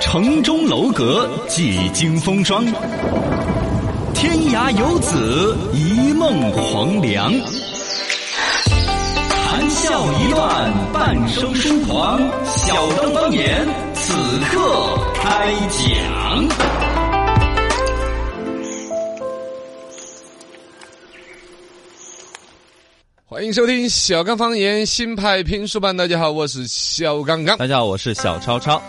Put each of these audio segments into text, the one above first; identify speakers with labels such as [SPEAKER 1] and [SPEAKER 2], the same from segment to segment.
[SPEAKER 1] 城中楼阁几经风霜，天涯游子一梦黄粱。谈笑一段，半生疏狂。小灯当年，此刻开讲。
[SPEAKER 2] 欢迎收听小刚方言新派评书版。大家好，我是小刚刚。
[SPEAKER 3] 大家好，我是小超超。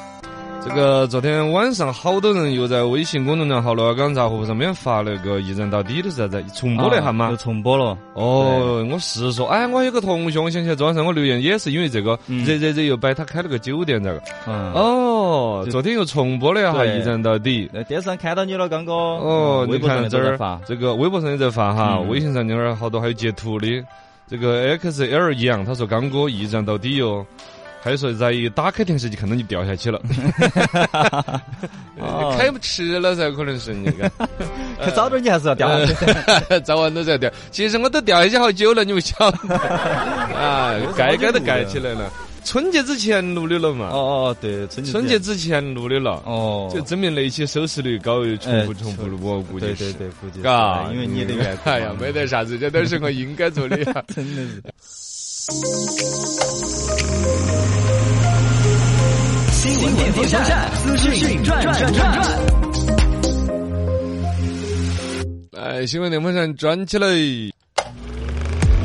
[SPEAKER 2] 这个昨天晚上，好多人又在微信公众号“罗岗杂货铺”上面发那个“一人到底”的啥子，重播了一下
[SPEAKER 3] 啊又
[SPEAKER 2] 嘛。
[SPEAKER 3] 重播了。
[SPEAKER 2] 哦，我是说，哎，我有个同学，我想起来昨晚上我留言也是因为这个，
[SPEAKER 3] 嗯
[SPEAKER 2] 热热热又摆他开了个酒店这个。
[SPEAKER 3] 嗯，
[SPEAKER 2] 哦，
[SPEAKER 3] 就
[SPEAKER 2] 昨天又重播了一下“
[SPEAKER 3] 对
[SPEAKER 2] 一人到底”。
[SPEAKER 3] 那呃电视上看到你了，刚哥。
[SPEAKER 2] 哦，
[SPEAKER 3] 嗯微
[SPEAKER 2] 你
[SPEAKER 3] 博上
[SPEAKER 2] 看
[SPEAKER 3] 面
[SPEAKER 2] 这
[SPEAKER 3] 都在
[SPEAKER 2] 儿
[SPEAKER 3] 发，
[SPEAKER 2] 这个微博上也在发哈，
[SPEAKER 3] 嗯
[SPEAKER 2] 微信上那儿好多还有截图的。这个 XL 一样，他说刚哥一站到底哟，还说在一打开电视就看到你掉下去了，
[SPEAKER 3] 哦
[SPEAKER 2] 开不迟了噻，可能是你个，
[SPEAKER 3] 可早点你还是要掉下去。
[SPEAKER 2] 早晚都在掉。其实我都掉下去好久了，你不 晓得啊，盖盖都盖起来了。春节之前录的了嘛，
[SPEAKER 3] 啊哦哦，对，春节
[SPEAKER 2] 春节之前录的了，
[SPEAKER 3] 哦，
[SPEAKER 2] 就证明那一期收视率高，又重复
[SPEAKER 3] 哎
[SPEAKER 2] 重复录，我估计
[SPEAKER 3] 对
[SPEAKER 2] 是啊
[SPEAKER 3] 对对，估计是
[SPEAKER 2] 嘎，
[SPEAKER 3] 因为你的缘故。
[SPEAKER 2] 哎呀，没得啥子，这都是我应该做的 呀。
[SPEAKER 3] 真 的是。
[SPEAKER 1] 新闻联播站，资讯转转转。
[SPEAKER 2] 哎，新闻联播上转起来。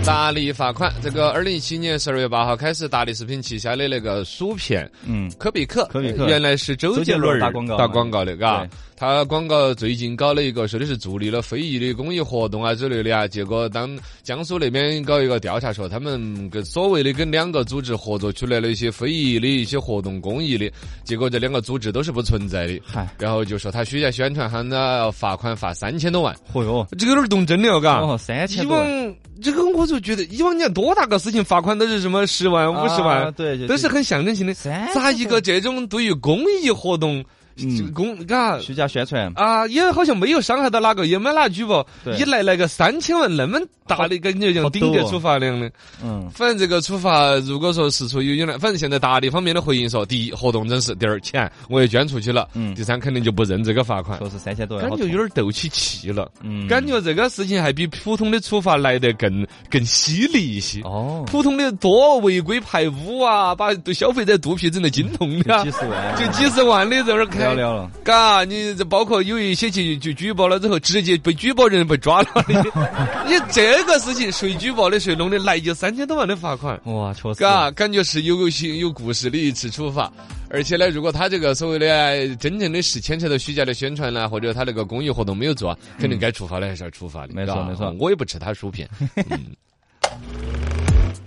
[SPEAKER 2] 达利罚款，这个二零一七年十二月八号开始，达利食品旗下的那个薯片
[SPEAKER 3] 嗯，
[SPEAKER 2] 可比可，
[SPEAKER 3] 可比可
[SPEAKER 2] 原来是周
[SPEAKER 3] 周
[SPEAKER 2] 杰
[SPEAKER 3] 杰
[SPEAKER 2] 伦
[SPEAKER 3] 伦
[SPEAKER 2] 儿
[SPEAKER 3] 打广告
[SPEAKER 2] 打
[SPEAKER 3] 嘛
[SPEAKER 2] 广告的，嘎
[SPEAKER 3] 对，
[SPEAKER 2] 他广告最近搞了一个，说的是助力了非遗的公益活动啊之类的啊，结果当江苏那边搞一个调查说，他们跟所谓的跟两个组织合作出来了一些非遗的一些活动公益的，结果这两个组织都是不存在的，
[SPEAKER 3] 嗨，
[SPEAKER 2] 然后就说他虚假宣传，喊他要罚款罚三千多万，
[SPEAKER 3] 嚯哟，
[SPEAKER 2] 这个有点动真了，嘎。
[SPEAKER 3] 哦，三
[SPEAKER 2] 以
[SPEAKER 3] 千多
[SPEAKER 2] 往
[SPEAKER 3] 万，
[SPEAKER 2] 这个我就觉得，以往你看多大个事情罚款都是什么十万、五十
[SPEAKER 3] 啊
[SPEAKER 2] 万，
[SPEAKER 3] 对，
[SPEAKER 2] 都是很象征性的。
[SPEAKER 3] 三
[SPEAKER 2] 咋一个这种对于公益活动，
[SPEAKER 3] 嗯
[SPEAKER 2] 这个公嘎
[SPEAKER 3] 虚假宣传？
[SPEAKER 2] 啊，也好像没有伤害到哪个，也没哪举报，
[SPEAKER 3] 对
[SPEAKER 2] 一来来个三千万那么大的一个，你就像
[SPEAKER 3] 好
[SPEAKER 2] 顶
[SPEAKER 3] 多
[SPEAKER 2] 着
[SPEAKER 3] 哦
[SPEAKER 2] 处罚量的。
[SPEAKER 3] 嗯，
[SPEAKER 2] 反正这个处罚，如果说事出有因来，反正现在达利方面的回应说，第一，活动真实；第二，钱我也捐出去了；
[SPEAKER 3] 嗯
[SPEAKER 2] 第三，肯定就不认这个罚款。
[SPEAKER 3] 说是三千多万，
[SPEAKER 2] 感觉有点斗起气了，
[SPEAKER 3] 嗯，
[SPEAKER 2] 感觉这个事情还比普通的处罚来得更更犀利一些。
[SPEAKER 3] 哦，
[SPEAKER 2] 普通的多违规排污啊，把对消费者肚皮整得精痛的啊
[SPEAKER 3] 就几，十万，
[SPEAKER 2] 就几十万的在那儿
[SPEAKER 3] 聊
[SPEAKER 2] 开，
[SPEAKER 3] 聊了。
[SPEAKER 2] 嘎，你这包括有一些去就举报了之后，直接被举报人被抓 了的，你这个事情谁举报的谁弄的，来就三千多万的罚款。
[SPEAKER 3] 哇，确实，啊
[SPEAKER 2] 嘎，感觉是有些有故事的一次处罚，而且呢，如果他这个所谓的哎真正的是牵扯到虚假的宣传啦，或者他那个公益活动没有做啊，肯定该处罚的还是要处罚的。
[SPEAKER 3] 没错
[SPEAKER 2] 嘎
[SPEAKER 3] 没错
[SPEAKER 2] 我也不吃他薯片。嗯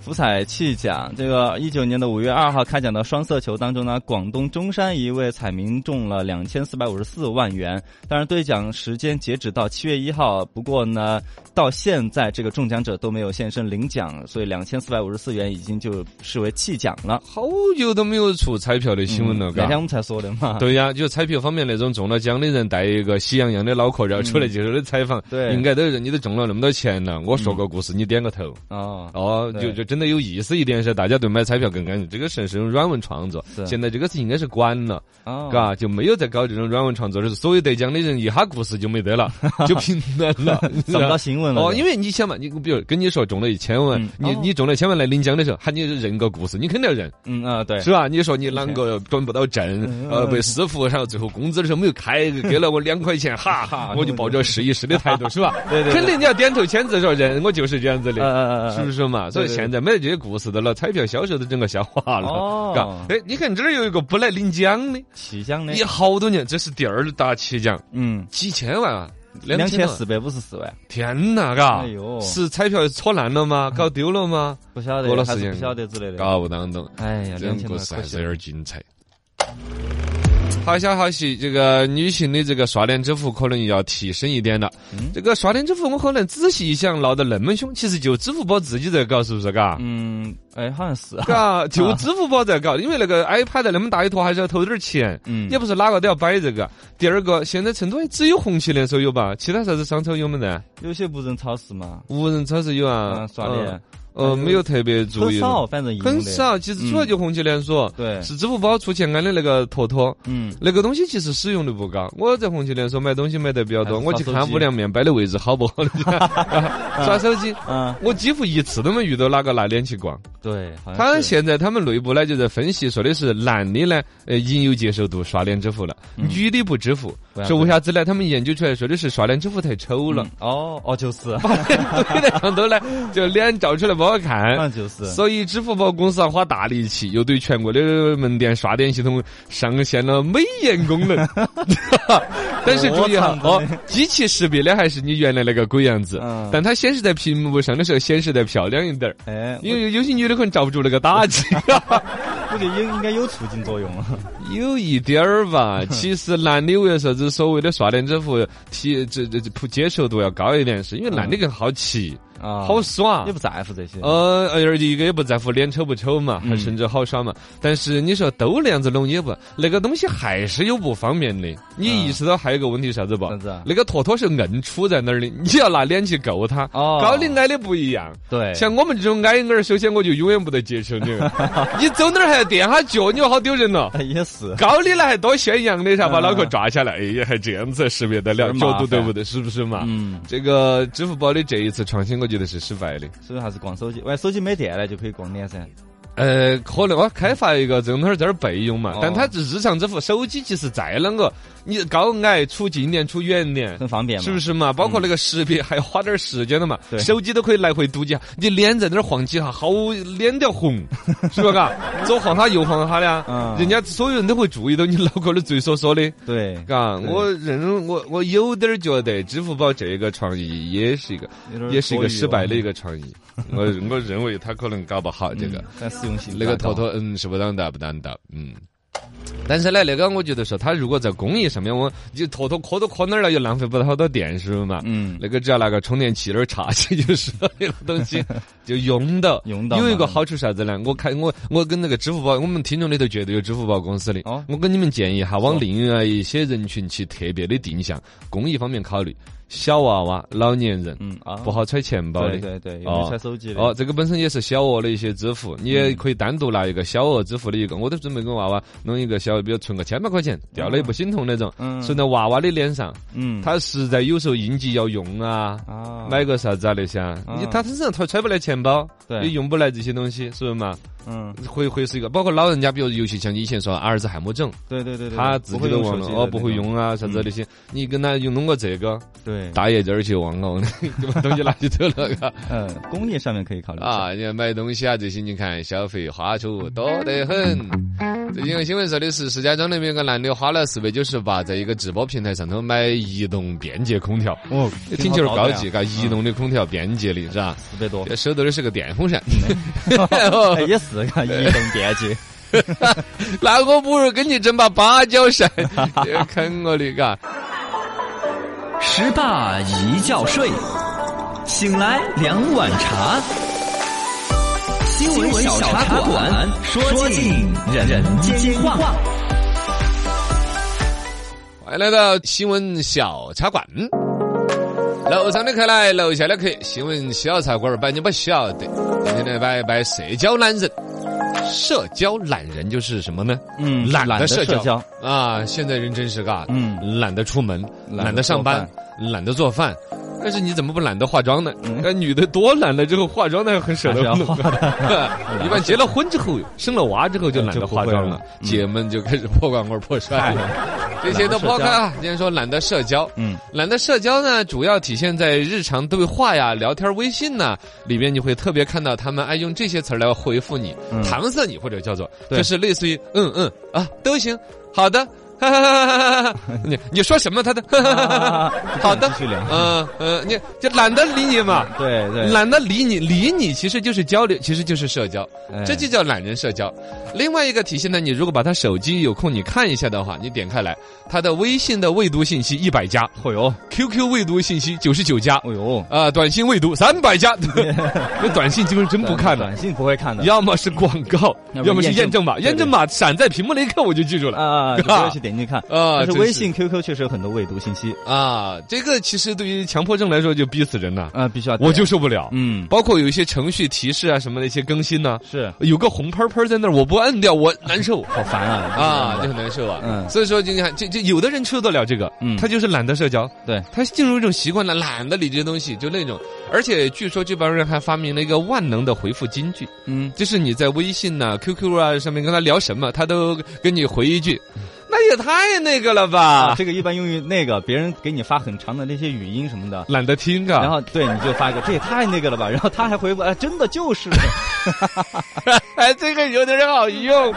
[SPEAKER 3] 福彩气奖，这个一九年的五月二号开奖的双色球当中呢，广东中山一位彩民中了两千四百五十四万元，当然兑奖时间截止到七月一号，不过呢，到现在这个中奖者都没有现身领奖，所以两千四百五十四元已经就视为弃奖了。
[SPEAKER 2] 好久都没有出彩票的新闻了，
[SPEAKER 3] 嗯
[SPEAKER 2] 嘎
[SPEAKER 3] 那天。我们才说的嘛，
[SPEAKER 2] 对呀，就彩票方面那种中了奖的人，戴一个喜洋洋的脑壳，然后出来接受的采访，
[SPEAKER 3] 对
[SPEAKER 2] 应该都是你都中了那么多钱了。我说个故事，你点个头。
[SPEAKER 3] 哦，
[SPEAKER 2] 哦，
[SPEAKER 3] 对
[SPEAKER 2] 就就真的有意思一点是，大家对买彩票更感兴趣。这个事儿是用软文创作，
[SPEAKER 3] 是
[SPEAKER 2] 现在这个事情应该是管了，
[SPEAKER 3] 哦，
[SPEAKER 2] 嘎，就没有再搞这种软文创作的时候，所有得奖的人一哈故事就没得 了，就平淡了，
[SPEAKER 3] 找不到新闻了。
[SPEAKER 2] 哦，因为你想嘛，你比如跟你说中了一千万
[SPEAKER 3] 嗯，
[SPEAKER 2] 你
[SPEAKER 3] 哦
[SPEAKER 2] 你中了一千万来领奖的时候，喊你认个故事，你肯定要认，
[SPEAKER 3] 嗯啊，对，
[SPEAKER 2] 是吧？你说你啷个转不到正，
[SPEAKER 3] 嗯
[SPEAKER 2] 呃，被师傅，然后最后工资的时候没有开，给了我两块钱， 哈哈，我就抱着试一试的态度，是吧？
[SPEAKER 3] 对对对
[SPEAKER 2] 肯定你要点头签字说人，我就是这样子
[SPEAKER 3] 呃
[SPEAKER 2] 的。
[SPEAKER 3] 呃呃，
[SPEAKER 2] 是不是嘛？所以
[SPEAKER 3] 对对
[SPEAKER 2] 现在没得这些故事的了，彩票销售都整个下滑了。
[SPEAKER 3] 哦
[SPEAKER 2] 嘎哎，你看这儿有一个不来领奖的，
[SPEAKER 3] 起奖呢
[SPEAKER 2] 你？好多年，这是第二大起奖，
[SPEAKER 3] 嗯，
[SPEAKER 2] 几千万啊，
[SPEAKER 3] 两
[SPEAKER 2] 千
[SPEAKER 3] 千
[SPEAKER 2] 万，
[SPEAKER 3] 四百五十四万，
[SPEAKER 2] 天哪，嘎！
[SPEAKER 3] 哎呦
[SPEAKER 2] 是彩票错烂了吗？搞丢了吗？
[SPEAKER 3] 不晓
[SPEAKER 2] 过了
[SPEAKER 3] 得还
[SPEAKER 2] 时
[SPEAKER 3] 是
[SPEAKER 2] 间
[SPEAKER 3] 不晓得之类的。
[SPEAKER 2] 搞不当懂。
[SPEAKER 3] 哎呀，
[SPEAKER 2] 这种
[SPEAKER 3] 两千
[SPEAKER 2] 故
[SPEAKER 3] 多
[SPEAKER 2] 事
[SPEAKER 3] 可
[SPEAKER 2] 还
[SPEAKER 3] 惜
[SPEAKER 2] 是
[SPEAKER 3] 了
[SPEAKER 2] 有点精彩。好消好息，这个女性的这个刷脸支付可能要提升一点了。
[SPEAKER 3] 嗯
[SPEAKER 2] 这个刷脸支付，我可能仔细一想，闹得那么凶，其实就支付宝自己在搞，是不是？嘎、
[SPEAKER 3] 嗯，啊哎，好像是。
[SPEAKER 2] 嘎，就支付宝在搞，因为那个 iPad 那么大一坨，还是要投点钱。
[SPEAKER 3] 嗯
[SPEAKER 2] 也不是哪个都要摆这个。第二个，现在成都还只有红旗连锁有吧？其他啥子商超有没得？
[SPEAKER 3] 有些无人超市嘛，
[SPEAKER 2] 无人超市有啊
[SPEAKER 3] 嗯，？刷脸
[SPEAKER 2] 嗯，呃，没有特别注
[SPEAKER 3] 很
[SPEAKER 2] 意的。
[SPEAKER 3] 少，反正应用
[SPEAKER 2] 很
[SPEAKER 3] 的，
[SPEAKER 2] 少，其实主要就红旗连锁，
[SPEAKER 3] 对
[SPEAKER 2] 是支付宝出现安的那个坨坨，
[SPEAKER 3] 嗯，
[SPEAKER 2] 那个东西其实使用率不高。我在红旗连锁买东西买得比较多，
[SPEAKER 3] 还是
[SPEAKER 2] 我去
[SPEAKER 3] 刷手
[SPEAKER 2] 看
[SPEAKER 3] 机
[SPEAKER 2] 五粮面摆的位置好不好， 刷手机。
[SPEAKER 3] 啊，
[SPEAKER 2] 我几乎一次都没遇到哪个拿脸去逛。
[SPEAKER 3] 对，好像
[SPEAKER 2] 啊他
[SPEAKER 3] 是
[SPEAKER 2] 现在他们内部呢就在分析，说的是男的呢，呃，已经有接受度，刷脸支付了；女的不支付
[SPEAKER 3] 嗯不，要
[SPEAKER 2] 说为啥子呢？他们研究出来说的是刷脸支付太丑了
[SPEAKER 3] 嗯，哦哦，就是，
[SPEAKER 2] 把脸堆
[SPEAKER 3] 嗯
[SPEAKER 2] 在上头呢，就脸照出来不 好看。
[SPEAKER 3] 那就是，
[SPEAKER 2] 哎所以，支付宝公司啊花大力气，又对全国的门店刷点系统上线了美颜功 能。但是注意哈，
[SPEAKER 3] 我
[SPEAKER 2] 哦
[SPEAKER 3] 操，
[SPEAKER 2] 机器识别的还是你原来那个鬼样子
[SPEAKER 3] 嗯，
[SPEAKER 2] 但它显示在屏幕上的时候显示得漂亮一点儿。
[SPEAKER 3] 哎，
[SPEAKER 2] 因为有些女的可能罩不住那个打击，
[SPEAKER 3] 我觉得应应该有促进作用，啊
[SPEAKER 2] 有一点儿 吧。其实男的为啥子所谓的刷脸支付提这这这普接受度要高一点，是因为男的更好奇、
[SPEAKER 3] 啊，
[SPEAKER 2] 好耍
[SPEAKER 3] 也。不在乎这些，
[SPEAKER 2] 呃，而且一个也不在乎脸丑不丑嘛，
[SPEAKER 3] 嗯
[SPEAKER 2] 甚至好耍嘛。但是你说都那样子弄也不，那个东西还是有不方便的。你
[SPEAKER 3] 嗯
[SPEAKER 2] 意识到还有一个问题啥子不
[SPEAKER 3] 啥子啊？
[SPEAKER 2] 那个坨坨是硬杵在那儿的，你要拿脸去够它。
[SPEAKER 3] 哦哎
[SPEAKER 2] 高的矮的不一样。
[SPEAKER 3] 对，
[SPEAKER 2] 像我们这种矮矮儿，首先我就永远不得接受 这个。你走哪儿还要垫下脚，你好丢人了。
[SPEAKER 3] 哎 也是，
[SPEAKER 2] 高的呢还多宣扬的噻，把
[SPEAKER 3] 嗯
[SPEAKER 2] 脑壳抓下来，哎呀，还这样子识别得了
[SPEAKER 3] 是
[SPEAKER 2] 角
[SPEAKER 3] 麻
[SPEAKER 2] 度
[SPEAKER 3] 烦
[SPEAKER 2] 对不对？是不是嘛？
[SPEAKER 3] 嗯，
[SPEAKER 2] 这个支付宝的这一次创新，我觉得是失败的。
[SPEAKER 3] 所以还是逛手机，喂，手机没电了就可以逛脸噻，
[SPEAKER 2] 呃，可能我开发一个这种在这儿备用嘛
[SPEAKER 3] 哦，
[SPEAKER 2] 但它这日常支付，手机其实再啷个，你高矮处近点，处远点。
[SPEAKER 3] 很方便嘛，
[SPEAKER 2] 是不？是嘛？包括那个识别，还要花点时间的嘛。
[SPEAKER 3] 嗯对
[SPEAKER 2] 手机都可以来回嘟几下，你脸在那儿晃几下，好脸都要红，是吧？ 嘎，左晃下右晃下的啊，
[SPEAKER 3] 嗯
[SPEAKER 2] 人家所有人都会注意到你脑壳里醉嗦嗦的。
[SPEAKER 3] 对，
[SPEAKER 2] 嘎，
[SPEAKER 3] 对
[SPEAKER 2] 我认为我我有点儿觉得支付宝这个创意也是一个
[SPEAKER 3] 有点儿
[SPEAKER 2] 也是一个
[SPEAKER 3] 多余
[SPEAKER 2] 失败的
[SPEAKER 3] 哦
[SPEAKER 2] 一个创 意，我我认为他可能搞不好这个
[SPEAKER 3] 嗯。但实用性
[SPEAKER 2] 那个
[SPEAKER 3] 达
[SPEAKER 2] 坨
[SPEAKER 3] 到
[SPEAKER 2] 坨，嗯，是不当道，不当道，嗯。但是呢，那个我觉得说，他如果在工艺上面，我就坨坨磕都磕那儿了，又浪费不到好多电，是不嘛？
[SPEAKER 3] 嗯
[SPEAKER 2] 那个只要拿个充电器那儿插起就是了，那个东 西就用到。
[SPEAKER 3] 用到
[SPEAKER 2] 有一个
[SPEAKER 3] 嘛
[SPEAKER 2] 好处是啥子呢？我看我我跟那个支付宝，我们听众里头绝对有支付宝公司的
[SPEAKER 3] 哦，
[SPEAKER 2] 我跟你们建议哈，往另外一些人群去特别的定向，公益方面考虑，小娃娃、老年人，
[SPEAKER 3] 嗯啊，
[SPEAKER 2] 不好揣钱包的
[SPEAKER 3] 对。对对，嗯有没
[SPEAKER 2] 哦
[SPEAKER 3] 有揣手机的？
[SPEAKER 2] 哦，这个本身也是小额的一些支付，你也可以单独拿一个小额支付的一个。我都准备给娃娃弄一个小，比如存个千把块钱，掉了也不心痛那种，
[SPEAKER 3] 嗯
[SPEAKER 2] 存到娃娃的脸上。
[SPEAKER 3] 嗯，
[SPEAKER 2] 他实在有时候应急要用啊，
[SPEAKER 3] 啊，
[SPEAKER 2] 买个啥子啊那些啊，
[SPEAKER 3] 啊
[SPEAKER 2] 你他身上揣揣不来钱包，
[SPEAKER 3] 对
[SPEAKER 2] 也用不来这些东西，是不是嘛？
[SPEAKER 3] 嗯，
[SPEAKER 2] 会会是一个，包括老人家，比如尤其像以前说阿尔兹海默症，
[SPEAKER 3] 对对对对，
[SPEAKER 2] 他
[SPEAKER 3] 不
[SPEAKER 2] 自己
[SPEAKER 3] 会
[SPEAKER 2] 都
[SPEAKER 3] 用
[SPEAKER 2] 忘
[SPEAKER 3] 手
[SPEAKER 2] 了
[SPEAKER 3] 机
[SPEAKER 2] 哦，
[SPEAKER 3] 的
[SPEAKER 2] 不
[SPEAKER 3] 那
[SPEAKER 2] 会
[SPEAKER 3] 种，嗯
[SPEAKER 2] 用啊啥子啊那些，你跟他用弄个这个，
[SPEAKER 3] 对，
[SPEAKER 2] 大爷这儿去忘 了，就把东西拿起走了。 嘎
[SPEAKER 3] 嗯，工业上面可以考虑一下，
[SPEAKER 2] 啊，你看买东西啊，这些你看消费花出多得很。最近有新闻说的是，石家庄那边有个男的花了四百九十八，在一个直播平台上头买移动便捷空调，
[SPEAKER 3] 哦，
[SPEAKER 2] 听起来高级，
[SPEAKER 3] 嘎，
[SPEAKER 2] 嘎，移动的空调便捷的是吧？
[SPEAKER 3] 四百 多，
[SPEAKER 2] 收到的是个电风扇，
[SPEAKER 3] 哎也是嘎，移动便捷，
[SPEAKER 2] 那我不如给你整把芭蕉扇， 也坑我的嘎。
[SPEAKER 1] 十八一觉睡，醒来两碗茶。新闻小茶馆，说尽人间话。
[SPEAKER 2] 欢迎来到新闻小茶馆。楼上的客来，楼下的客。新闻小茶馆儿摆你不晓得，今天来摆一摆社交懒人。社交懒人就是什么呢？
[SPEAKER 3] 嗯，
[SPEAKER 2] 懒
[SPEAKER 3] 懒
[SPEAKER 2] 得社
[SPEAKER 3] 社
[SPEAKER 2] 交，啊！现在人真是嘎，
[SPEAKER 3] 嗯
[SPEAKER 2] 懒得出门，
[SPEAKER 3] 懒
[SPEAKER 2] 懒得
[SPEAKER 3] 得
[SPEAKER 2] 上
[SPEAKER 3] 做
[SPEAKER 2] 班，懒得做饭。但是你怎么不懒得化妆呢？那、女的多懒了之后化妆那很舍得
[SPEAKER 3] 嗯还是要
[SPEAKER 2] 弄
[SPEAKER 3] 化
[SPEAKER 2] 一般结了婚之后，生了娃之后就懒得化妆
[SPEAKER 3] 就不会
[SPEAKER 2] 了
[SPEAKER 3] 了，嗯
[SPEAKER 2] 姐们就开始破罐罐破摔了。这些都抛开啊，今天说懒得社交。
[SPEAKER 3] 嗯，
[SPEAKER 2] 懒得社交呢，主要体现在日常对话呀、聊天、微信呐里面，你会特别看到他们爱用这些词儿来回复你，
[SPEAKER 3] 嗯
[SPEAKER 2] 搪塞你或者叫做，
[SPEAKER 3] 对
[SPEAKER 2] 就是类似于嗯嗯啊都行，好的，哈哈哈哈哈哈，你你说什么他的，哈哈哈哈哈哈 好的
[SPEAKER 3] 继，续聊，
[SPEAKER 2] 嗯嗯，你就懒得理你嘛。
[SPEAKER 3] 对对，
[SPEAKER 2] 懒得理你，理你其实就是交流，其实就是社交，
[SPEAKER 3] 哎
[SPEAKER 2] 这就叫懒人社交。另外一个体现呢，你如果把他手机有空你看一下的话，你点开来，他的微信的未读信息一百加，
[SPEAKER 3] 哎呦，
[SPEAKER 2] QQ 未读信息九十九加，啊、
[SPEAKER 3] 哎呦，
[SPEAKER 2] 短信未读三百加， 那短信基本真不看了
[SPEAKER 3] 短，信不会看的，
[SPEAKER 2] 要么是广告，
[SPEAKER 3] 要不
[SPEAKER 2] 要么是验证码，
[SPEAKER 3] 验证
[SPEAKER 2] 验证码闪在屏幕那一刻我就记住了。
[SPEAKER 3] 啊，就不会去点点进去看。
[SPEAKER 2] 啊，
[SPEAKER 3] 但是
[SPEAKER 2] 真
[SPEAKER 3] 微信、QQ 确实有很多未读信息
[SPEAKER 2] 啊，这个其实对于强迫症来说就逼死人了，
[SPEAKER 3] 啊，必须要。
[SPEAKER 2] 我就受不了。
[SPEAKER 3] 嗯
[SPEAKER 2] 包括有一些程序提示啊什么的一些更新呢、
[SPEAKER 3] 是
[SPEAKER 2] 有个红喷喷在那儿，我不按掉我难受。
[SPEAKER 3] 好烦啊
[SPEAKER 2] 啊，就很难受啊。
[SPEAKER 3] 嗯
[SPEAKER 2] 所以说你看，这这有的人受得了这个，
[SPEAKER 3] 嗯
[SPEAKER 2] 他就是懒得社交，
[SPEAKER 3] 对
[SPEAKER 2] 他进入一种习惯了，懒得理这些东西，就那种。而且据说这帮人还发明了一个万能的回复金句，
[SPEAKER 3] 嗯
[SPEAKER 2] 就是你在微信呐、QQ 啊上面跟他聊什么，他都跟你回一句，那也太那个了吧，
[SPEAKER 3] 嗯啊这个一般用于那个别人给你发很长的那些语音什么的，
[SPEAKER 2] 懒得听啊。
[SPEAKER 3] 然后对你就发一个，这也太那个了吧， 然后他还回复，哎，真的 就是，
[SPEAKER 2] 哎，这个有点好 用。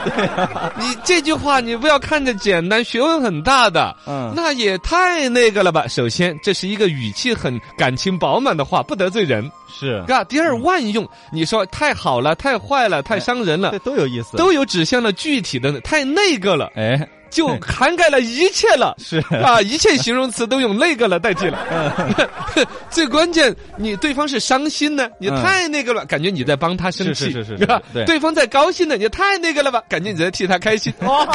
[SPEAKER 2] 你这句话你不要看着简单，学问很大的。
[SPEAKER 3] 嗯，
[SPEAKER 2] 那也太那个了吧！首先，这是一个语气很感情饱满的话，不得罪人，
[SPEAKER 3] 是，
[SPEAKER 2] 啊。第二，万用，你说太好了、太坏了、太伤人了
[SPEAKER 3] 这，都有意思，
[SPEAKER 2] 都有指向了具体的，太那个了，
[SPEAKER 3] 哎
[SPEAKER 2] 就涵盖了一切了。
[SPEAKER 3] 是，
[SPEAKER 2] 啊，一切形容词都用那个了代替了。最关键，你对方是伤心呢，你
[SPEAKER 3] 嗯
[SPEAKER 2] 太那个了，感觉你在帮他生
[SPEAKER 3] 是
[SPEAKER 2] 气，
[SPEAKER 3] 是是是
[SPEAKER 2] 吧？
[SPEAKER 3] 对
[SPEAKER 2] 对方在高兴呢，你太那个了吧，感觉你在替他开 心。哇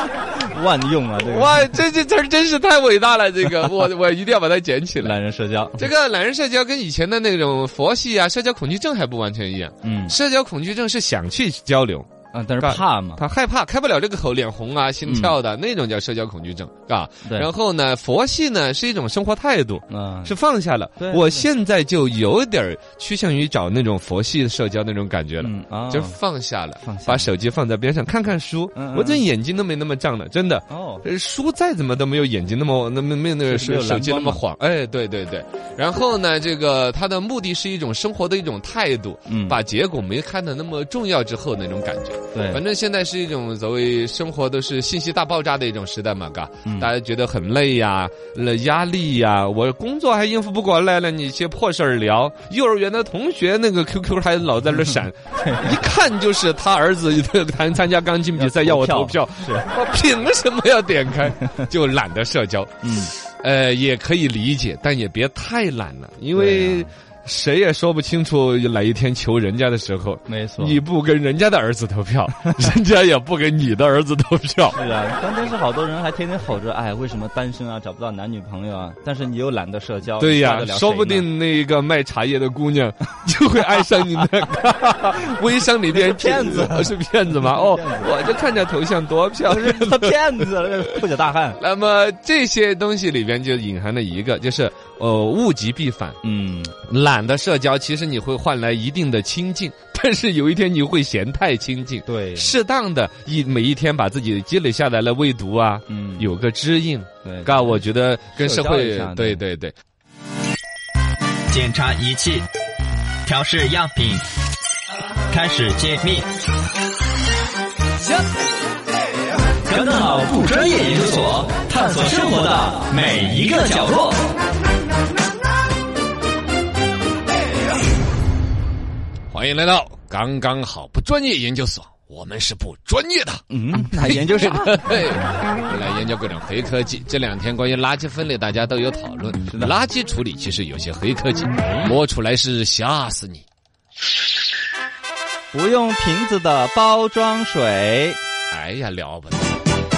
[SPEAKER 3] 万用啊，这个
[SPEAKER 2] 哇，这这词儿真是太伟大了，这个我我一定要把它捡起来。
[SPEAKER 3] 懒人社交，
[SPEAKER 2] 这个懒人社交跟以前的那种佛系啊、社交恐惧症还不完全一样。
[SPEAKER 3] 嗯
[SPEAKER 2] 社交恐惧症是想去交流，
[SPEAKER 3] 啊，但是怕嘛，
[SPEAKER 2] 他害怕开不了这个口，脸红啊、心跳的、那种叫社交恐惧症啊。
[SPEAKER 3] 对
[SPEAKER 2] 然后呢，佛系呢是一种生活态度，
[SPEAKER 3] 嗯，
[SPEAKER 2] 是放下了
[SPEAKER 3] 对。
[SPEAKER 2] 我
[SPEAKER 3] 对
[SPEAKER 2] 现在就有点儿趋向于找那种佛系社交那种感觉了。
[SPEAKER 3] 嗯啊，
[SPEAKER 2] 就是放下了，
[SPEAKER 3] 放下
[SPEAKER 2] 把手机放在边上，看看书。
[SPEAKER 3] 嗯嗯
[SPEAKER 2] 我这
[SPEAKER 3] 嗯
[SPEAKER 2] 眼睛都没那么胀了，真的。
[SPEAKER 3] 哦，
[SPEAKER 2] 呃书再怎么都没有眼睛那么那么没有那个
[SPEAKER 3] 是没
[SPEAKER 2] 手
[SPEAKER 3] 有
[SPEAKER 2] 手机那
[SPEAKER 3] 蓝光
[SPEAKER 2] 么
[SPEAKER 3] 嘛
[SPEAKER 2] 晃，哎，对对对。然后呢，这个他的目的是一种生活的一种态度，
[SPEAKER 3] 嗯，
[SPEAKER 2] 把结果没看得那么重要之后那种感觉。
[SPEAKER 3] 对，
[SPEAKER 2] 反正现在是一种所谓生活都是信息大爆炸的一种时代嘛，嘎，
[SPEAKER 3] 嗯
[SPEAKER 2] 大家觉得很累呀、呃压力呀、我工作还应付不过来了，你一些破事儿聊。幼儿园的同学那个 QQ 还老在那 儿闪，一看就是他儿子参参加钢琴比赛
[SPEAKER 3] 要
[SPEAKER 2] 要我
[SPEAKER 3] 投
[SPEAKER 2] 投票，
[SPEAKER 3] 是
[SPEAKER 2] 我 凭什么要点 开？就懒得社交，
[SPEAKER 3] 嗯，
[SPEAKER 2] 呃，也可以理解，但也别太懒了，因为
[SPEAKER 3] 对啊
[SPEAKER 2] 谁也说不清楚哪一天求人家的时候。
[SPEAKER 3] 没错，
[SPEAKER 2] 你不跟人家的儿子投票， 人家也不给你的儿子投票。
[SPEAKER 3] 是啊，关键是好多人还天天吼着，哎，为什么单身啊，找不到男女朋友啊？但是你又懒得社交，
[SPEAKER 2] 对呀
[SPEAKER 3] 哦你，受得了谁
[SPEAKER 2] 说
[SPEAKER 3] 呢
[SPEAKER 2] 不定那个卖茶叶的姑娘 就会爱上你的 微商里边
[SPEAKER 3] 骗子
[SPEAKER 2] 哦是骗 子吗？哦
[SPEAKER 3] 骗子，
[SPEAKER 2] 我就看着头像多漂亮。
[SPEAKER 3] 他骗子，裤脚大汉。
[SPEAKER 2] 那么这些东西里边就隐含了一个，就是呃物极必反，
[SPEAKER 3] 嗯，
[SPEAKER 2] 懒得社交，其实你会换来一定的清静， 但是有一天你会嫌太清静。
[SPEAKER 3] 对，
[SPEAKER 2] 适当的一每一天把自己积累下来了未读啊，
[SPEAKER 3] 嗯，
[SPEAKER 2] 有个知应，
[SPEAKER 3] 对，
[SPEAKER 2] 嘎，我觉得跟社
[SPEAKER 3] 社交
[SPEAKER 2] 会
[SPEAKER 3] 一下
[SPEAKER 2] 对
[SPEAKER 3] 对
[SPEAKER 2] 对对，
[SPEAKER 1] 检查仪器，调试样品，开始揭秘。跟好不专业研究所，探索生活的每一个角落。
[SPEAKER 2] 欢迎来到刚刚好不专业研究所，我们是不专业 的。
[SPEAKER 3] 嗯，那研究 啥？
[SPEAKER 2] 嘿，我们来研究各种黑科技。这两天关于垃圾分类，大家都有讨论。
[SPEAKER 3] 的
[SPEAKER 2] 垃圾处理其实有些黑科技，摸出来是吓死你。
[SPEAKER 3] 不用瓶子的包装水。
[SPEAKER 2] 哎呀，了不得！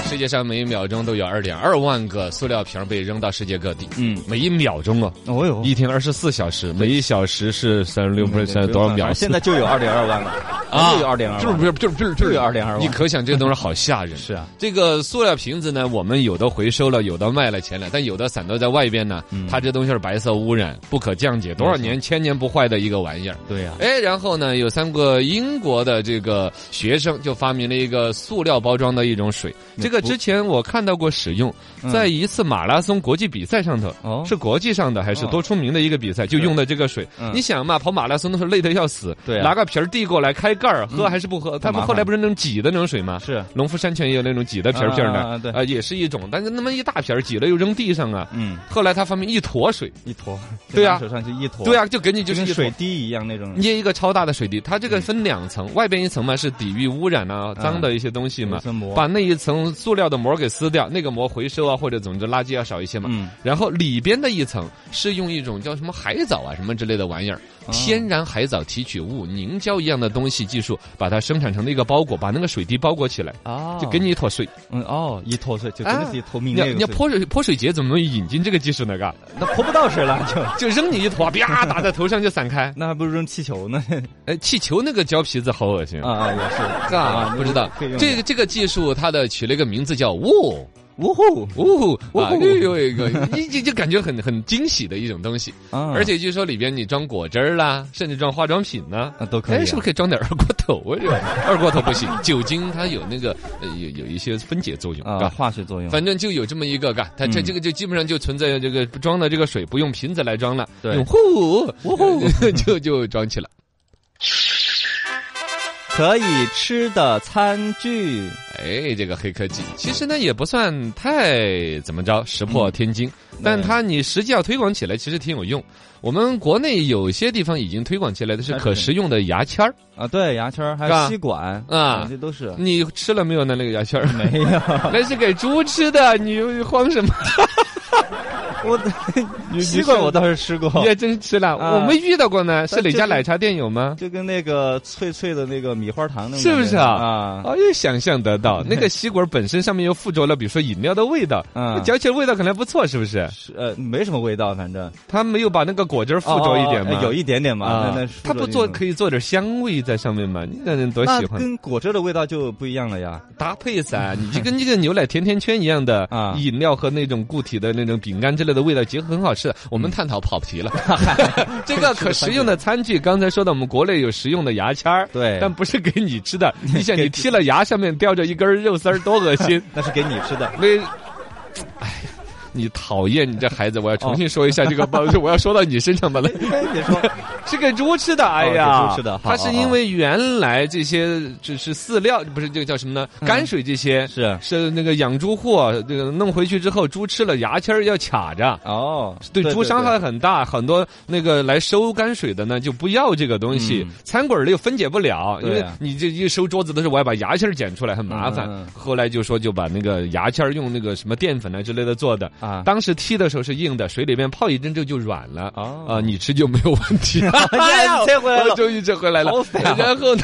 [SPEAKER 2] 世界上每一秒钟都有二点二万个塑料瓶被扔到世界各地。
[SPEAKER 3] 嗯，
[SPEAKER 2] 每一秒钟啊，
[SPEAKER 3] 哦哟，
[SPEAKER 2] 一天二十四小时，每一小时是三十六分三多少秒？
[SPEAKER 3] 啊现在就有二点二万了，
[SPEAKER 2] 啊，
[SPEAKER 3] 就有二点二
[SPEAKER 2] 就是
[SPEAKER 3] 万。
[SPEAKER 2] 不是就是就是就
[SPEAKER 3] 就有2.2万
[SPEAKER 2] 你可想这东西好吓人。
[SPEAKER 3] 是啊，
[SPEAKER 2] 这个塑料瓶子呢，我们有的回收了，有的卖了钱了，但有的散落在外边呢。
[SPEAKER 3] 嗯
[SPEAKER 2] 它这东西是白色污染，不可降解，多少年千年不坏的一个玩意儿。
[SPEAKER 3] 对呀，
[SPEAKER 2] 哎，然后呢，有三个英国的这个学生就发明了一个塑料包装的一种水。这个之前我看到过使用，
[SPEAKER 3] 嗯
[SPEAKER 2] 在一次马拉松国际比赛上头，
[SPEAKER 3] 哦，
[SPEAKER 2] 是国际上的还是
[SPEAKER 3] 哦
[SPEAKER 2] 多出名的一个比赛，就用的这个水
[SPEAKER 3] 嗯。
[SPEAKER 2] 你想嘛，跑马拉松的时候累得要死，
[SPEAKER 3] 对啊嗯
[SPEAKER 2] 拿个瓶儿递过来开盖儿喝还是不喝？他们
[SPEAKER 3] 麻烦
[SPEAKER 2] 后来不是那种挤的那种水吗？
[SPEAKER 3] 是，
[SPEAKER 2] 农夫山泉也有那种挤的瓶儿瓶儿
[SPEAKER 3] 啊啊啊
[SPEAKER 2] 的
[SPEAKER 3] 对，
[SPEAKER 2] 啊，也是一种，但是那么一大瓶儿挤了又扔地上啊。
[SPEAKER 3] 嗯，
[SPEAKER 2] 后来他发明一坨水，
[SPEAKER 3] 一坨，
[SPEAKER 2] 对呀
[SPEAKER 3] 手上就一坨，
[SPEAKER 2] 对，啊，就给你就
[SPEAKER 3] 就是跟
[SPEAKER 2] 一坨
[SPEAKER 3] 水。滴一样那种。
[SPEAKER 2] 捏一个超大的水滴，它这
[SPEAKER 3] 嗯
[SPEAKER 2] 个分两层，外边一层嘛是抵御污染啊、脏的一些东西
[SPEAKER 3] 有一
[SPEAKER 2] 嘛，
[SPEAKER 3] 层膜
[SPEAKER 2] 把那一层塑料的膜给撕掉，那个膜回收啊，或者总之垃圾要少一些嘛。
[SPEAKER 3] 嗯，
[SPEAKER 2] 然后里边的一层是用一种叫什么海藻啊什么之类的玩意儿，天然海藻提取物、凝胶一样的东西技术，把它生产成了一个包裹，把那个水滴包裹起来，
[SPEAKER 3] 啊，
[SPEAKER 2] 就给你一坨水。
[SPEAKER 3] 嗯哦，一坨水就真的是一坨明
[SPEAKER 2] 你要
[SPEAKER 3] 那
[SPEAKER 2] 你要
[SPEAKER 3] 个水，
[SPEAKER 2] 泼水泼水节怎么能引进这个技术呢？嘎，
[SPEAKER 3] 那泼不到水了就，
[SPEAKER 2] 就扔你一坨，啪打在头上就散开。
[SPEAKER 3] 那还不如扔气球 呢
[SPEAKER 2] 哎，气球那个胶皮子好恶心
[SPEAKER 3] 啊！啊也是，
[SPEAKER 2] 嘎，不知道
[SPEAKER 3] 可以用
[SPEAKER 2] 这个这个技术，它的起了一个名字叫“喔
[SPEAKER 3] 呜呼
[SPEAKER 2] 呜”
[SPEAKER 3] 呜
[SPEAKER 2] 啊，
[SPEAKER 3] 呼
[SPEAKER 2] 又有一个，你就就感觉很很惊喜的一种东西。
[SPEAKER 3] 啊，
[SPEAKER 2] 而且据说里边你装果汁儿啦，甚至装化妆品呢
[SPEAKER 3] 啊，都可以
[SPEAKER 2] 哎，
[SPEAKER 3] 啊
[SPEAKER 2] 是不是可以装点二锅头啊？这二锅头不行，酒精它有那个呃有有一些分解作用
[SPEAKER 3] 啊
[SPEAKER 2] 嘎。
[SPEAKER 3] 化学作用，
[SPEAKER 2] 反正就有这么一个嘎，它这
[SPEAKER 3] 嗯
[SPEAKER 2] 这个就基本上就存在这个装的这个水不用瓶子来装了，
[SPEAKER 3] 对
[SPEAKER 2] 用呼呼 就就装起来。
[SPEAKER 3] 可以吃的餐具，
[SPEAKER 2] 哎，这个黑科技其实呢也不算太怎么着
[SPEAKER 3] 嗯
[SPEAKER 2] 石破天惊，但它你实际要推广起来其实挺有用。我们国内有些地方已经推广起来的是
[SPEAKER 3] 还是
[SPEAKER 2] 可食用的牙签儿。
[SPEAKER 3] 啊，对，牙签儿还
[SPEAKER 2] 是吧
[SPEAKER 3] 有吸管
[SPEAKER 2] 啊
[SPEAKER 3] 这都是
[SPEAKER 2] 你吃了没有呢？那个牙签儿
[SPEAKER 3] 没有，
[SPEAKER 2] 那是给猪吃的，你你慌什么？
[SPEAKER 3] 我吸管我倒是吃过，
[SPEAKER 2] 你也真吃了，
[SPEAKER 3] 啊
[SPEAKER 2] 我没遇到过呢。
[SPEAKER 3] 但
[SPEAKER 2] 是哪
[SPEAKER 3] 就
[SPEAKER 2] 家
[SPEAKER 3] 是
[SPEAKER 2] 奶茶店有吗？
[SPEAKER 3] 就跟那个脆脆的那个米花糖那种
[SPEAKER 2] 是不
[SPEAKER 3] 感觉
[SPEAKER 2] 是啊
[SPEAKER 3] 啊？
[SPEAKER 2] 哦，也想象 得到，那个吸管本身上面又附着了，比如说饮料的味道，
[SPEAKER 3] 嗯
[SPEAKER 2] 那嚼起来味道可能还不错，是不是？
[SPEAKER 3] 是呃，没什么味道，反正
[SPEAKER 2] 它没有把那个果汁儿附着一点
[SPEAKER 3] 哦哦
[SPEAKER 2] 吗？
[SPEAKER 3] 呃有一点点嘛，
[SPEAKER 2] 啊
[SPEAKER 3] 那那是，
[SPEAKER 2] 它不做可
[SPEAKER 3] 以。
[SPEAKER 2] 以做点香味在上面嘛？你让人多
[SPEAKER 3] 那
[SPEAKER 2] 喜欢
[SPEAKER 3] 跟果汁的味道就不一样了呀！
[SPEAKER 2] 搭配噻，你就跟这个牛奶甜甜圈一样的
[SPEAKER 3] 啊
[SPEAKER 2] 饮料和那种固体的那种饼干之类的味道结合，很好吃的。我
[SPEAKER 3] 嗯
[SPEAKER 2] 们探讨跑题了， 这个可食用的餐具，刚才说到我们国内有食用的牙签儿，
[SPEAKER 3] 对
[SPEAKER 2] 但不是给你 吃的。你想，你剔了牙，上面掉着一根儿肉丝儿，多恶心！
[SPEAKER 3] 那是给你 吃的，
[SPEAKER 2] 那， 哎呀，你讨厌你这孩子！我要重新说一下这个
[SPEAKER 3] 哦
[SPEAKER 2] 包， 我要说到你身上吧来。
[SPEAKER 3] 哎你说
[SPEAKER 2] 是给猪吃的，哎
[SPEAKER 3] 哦给
[SPEAKER 2] 呀，
[SPEAKER 3] 猪吃的好
[SPEAKER 2] 它是
[SPEAKER 3] 好
[SPEAKER 2] 因为原来这些就是饲料，不是这个叫什么呢？泔水这些
[SPEAKER 3] 嗯是
[SPEAKER 2] 是那个养猪户这个弄回去之后，猪吃了牙签儿要卡着。
[SPEAKER 3] 哦，
[SPEAKER 2] 对猪伤害很大，很多那个来收泔水的呢就不要这个东西
[SPEAKER 3] 嗯，
[SPEAKER 2] 餐馆儿里又分解不了，因
[SPEAKER 3] 对
[SPEAKER 2] 为
[SPEAKER 3] 啊
[SPEAKER 2] 你这一收桌子的时候，我要把牙签儿捡出来，很麻烦
[SPEAKER 3] 嗯嗯嗯。
[SPEAKER 2] 后来就说就把那个牙签儿用那个什么淀粉啊之类的做的，
[SPEAKER 3] 啊
[SPEAKER 2] 当时踢的时候是硬的，水里面泡一阵之后就软了啊、
[SPEAKER 3] 哦。
[SPEAKER 2] 你吃就没有问题了
[SPEAKER 3] 哎呀撤回来了
[SPEAKER 2] 我 终于撤回来了
[SPEAKER 3] 好。烦啊
[SPEAKER 2] 然后呢，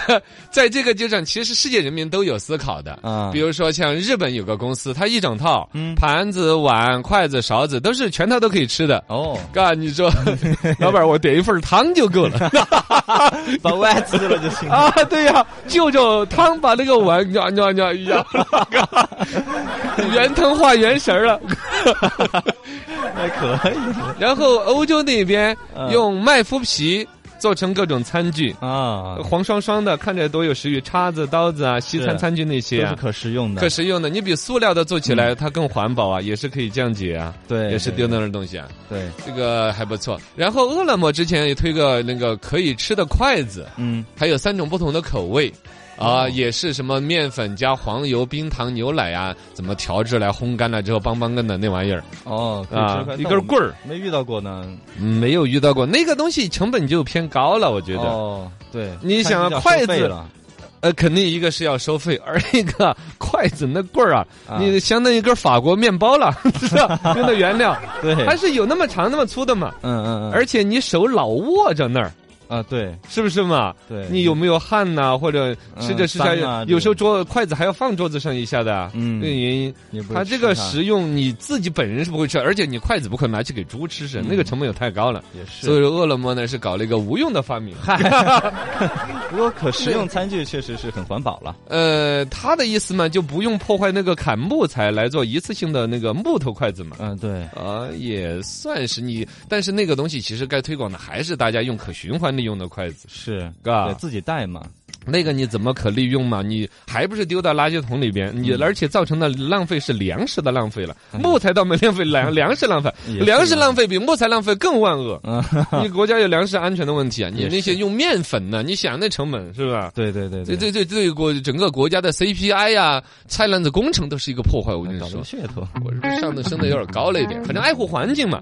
[SPEAKER 2] 在这个基础上，其实世界人民都有思考的。
[SPEAKER 3] 啊，
[SPEAKER 2] 比如说，像日本有个公司，它一整套，
[SPEAKER 3] 嗯
[SPEAKER 2] 盘子、碗、筷子、勺子都是全套都可以吃的。
[SPEAKER 3] 哦，
[SPEAKER 2] 嘎，你说，老板，我点一份汤就够了
[SPEAKER 3] 把外吃了就 行了。
[SPEAKER 2] 啊！对呀、就着汤把那个碗呀呀呀一样， 嘎原汤化原食儿了。
[SPEAKER 3] 还哎可以
[SPEAKER 2] 然后欧洲那边
[SPEAKER 3] 嗯
[SPEAKER 2] 用麦麸皮做成各种餐具，
[SPEAKER 3] 啊，
[SPEAKER 2] 黄双双的，看着多有食欲。叉子、刀子啊，西餐餐具那些
[SPEAKER 3] 都是
[SPEAKER 2] 啊，
[SPEAKER 3] 可食用的。嗯
[SPEAKER 2] 可食用的。你比塑料的做起来，它更环保啊，也是可以降解啊，
[SPEAKER 3] 对，
[SPEAKER 2] 也是丢那儿的东西啊，
[SPEAKER 3] 对，
[SPEAKER 2] 这个还不错。然后饿了么之前也推个那个可以吃的筷子，
[SPEAKER 3] 嗯，
[SPEAKER 2] 还有三种不同的口味。啊、
[SPEAKER 3] 哦
[SPEAKER 2] 也是什么面粉加黄油、冰糖、牛奶啊，怎么调制来烘干了之后，梆梆跟的那玩意儿
[SPEAKER 3] 哦，可以吃
[SPEAKER 2] 啊
[SPEAKER 3] 块，
[SPEAKER 2] 一根棍儿，嗯
[SPEAKER 3] 没遇到过呢。
[SPEAKER 2] 没有遇到过那个东西，成本就偏高了，我觉得。
[SPEAKER 3] 哦，对，
[SPEAKER 2] 你
[SPEAKER 3] 看
[SPEAKER 2] 想
[SPEAKER 3] 比较
[SPEAKER 2] 筷
[SPEAKER 3] 收
[SPEAKER 2] 子
[SPEAKER 3] 费了，
[SPEAKER 2] 呃，肯定一个是要收费，而一个 筷子那棍儿啊，
[SPEAKER 3] 啊
[SPEAKER 2] 你相当于一根法国面包了， 是吧？用的原料
[SPEAKER 3] 啊对，
[SPEAKER 2] 还是有那么长那么粗的嘛，
[SPEAKER 3] 嗯嗯嗯，
[SPEAKER 2] 而且你手老握着那儿，
[SPEAKER 3] 啊，对
[SPEAKER 2] 是不是嘛？
[SPEAKER 3] 对，
[SPEAKER 2] 你有没有汗呐、或者吃着吃
[SPEAKER 3] 嗯脏啊
[SPEAKER 2] 下，
[SPEAKER 3] 这
[SPEAKER 2] 有时候桌筷子还要放桌子上一下的啊，
[SPEAKER 3] 嗯
[SPEAKER 2] 这个原因。
[SPEAKER 3] 你不是
[SPEAKER 2] 它这个
[SPEAKER 3] 吃
[SPEAKER 2] 食用你自己本人是不会吃，而且你筷子不可能拿去给猪吃是，那个成本也太高了。
[SPEAKER 3] 也嗯是，
[SPEAKER 2] 所以说饿了么呢是搞了一个无用的发明。
[SPEAKER 3] 不过可食用餐具确实是很环保了。
[SPEAKER 2] 呃，他的意思嘛，就不用破坏那个砍木材来做一次性的那个木头筷子嘛。
[SPEAKER 3] 嗯，对，
[SPEAKER 2] 啊、也算是你，但是那个东西其实该推广的还是大家用可循环利用的筷子，
[SPEAKER 3] 是，
[SPEAKER 2] 嘎
[SPEAKER 3] 对自己带嘛，
[SPEAKER 2] 那个你怎么可利用嘛？你还不是丢到垃圾桶里边？
[SPEAKER 3] 嗯
[SPEAKER 2] 你而且造成的浪费是粮食的浪费了，木材倒没浪费，粮 粮食浪费，
[SPEAKER 3] 也是
[SPEAKER 2] 粮食浪费比木材浪费更万恶。
[SPEAKER 3] 嗯，
[SPEAKER 2] 你国家有粮食安全的问题啊，你
[SPEAKER 3] 也啊
[SPEAKER 2] 那些用面粉呢？你想那成本是吧？
[SPEAKER 3] 对对对
[SPEAKER 2] 对，对对对国整个国家的 CPI 呀、啊菜篮子工程都是一个破坏。我跟你
[SPEAKER 3] 哎搞了
[SPEAKER 2] 说
[SPEAKER 3] 个，噱头。
[SPEAKER 2] 我是不是上的升的有点高了一点？反正爱护环境嘛。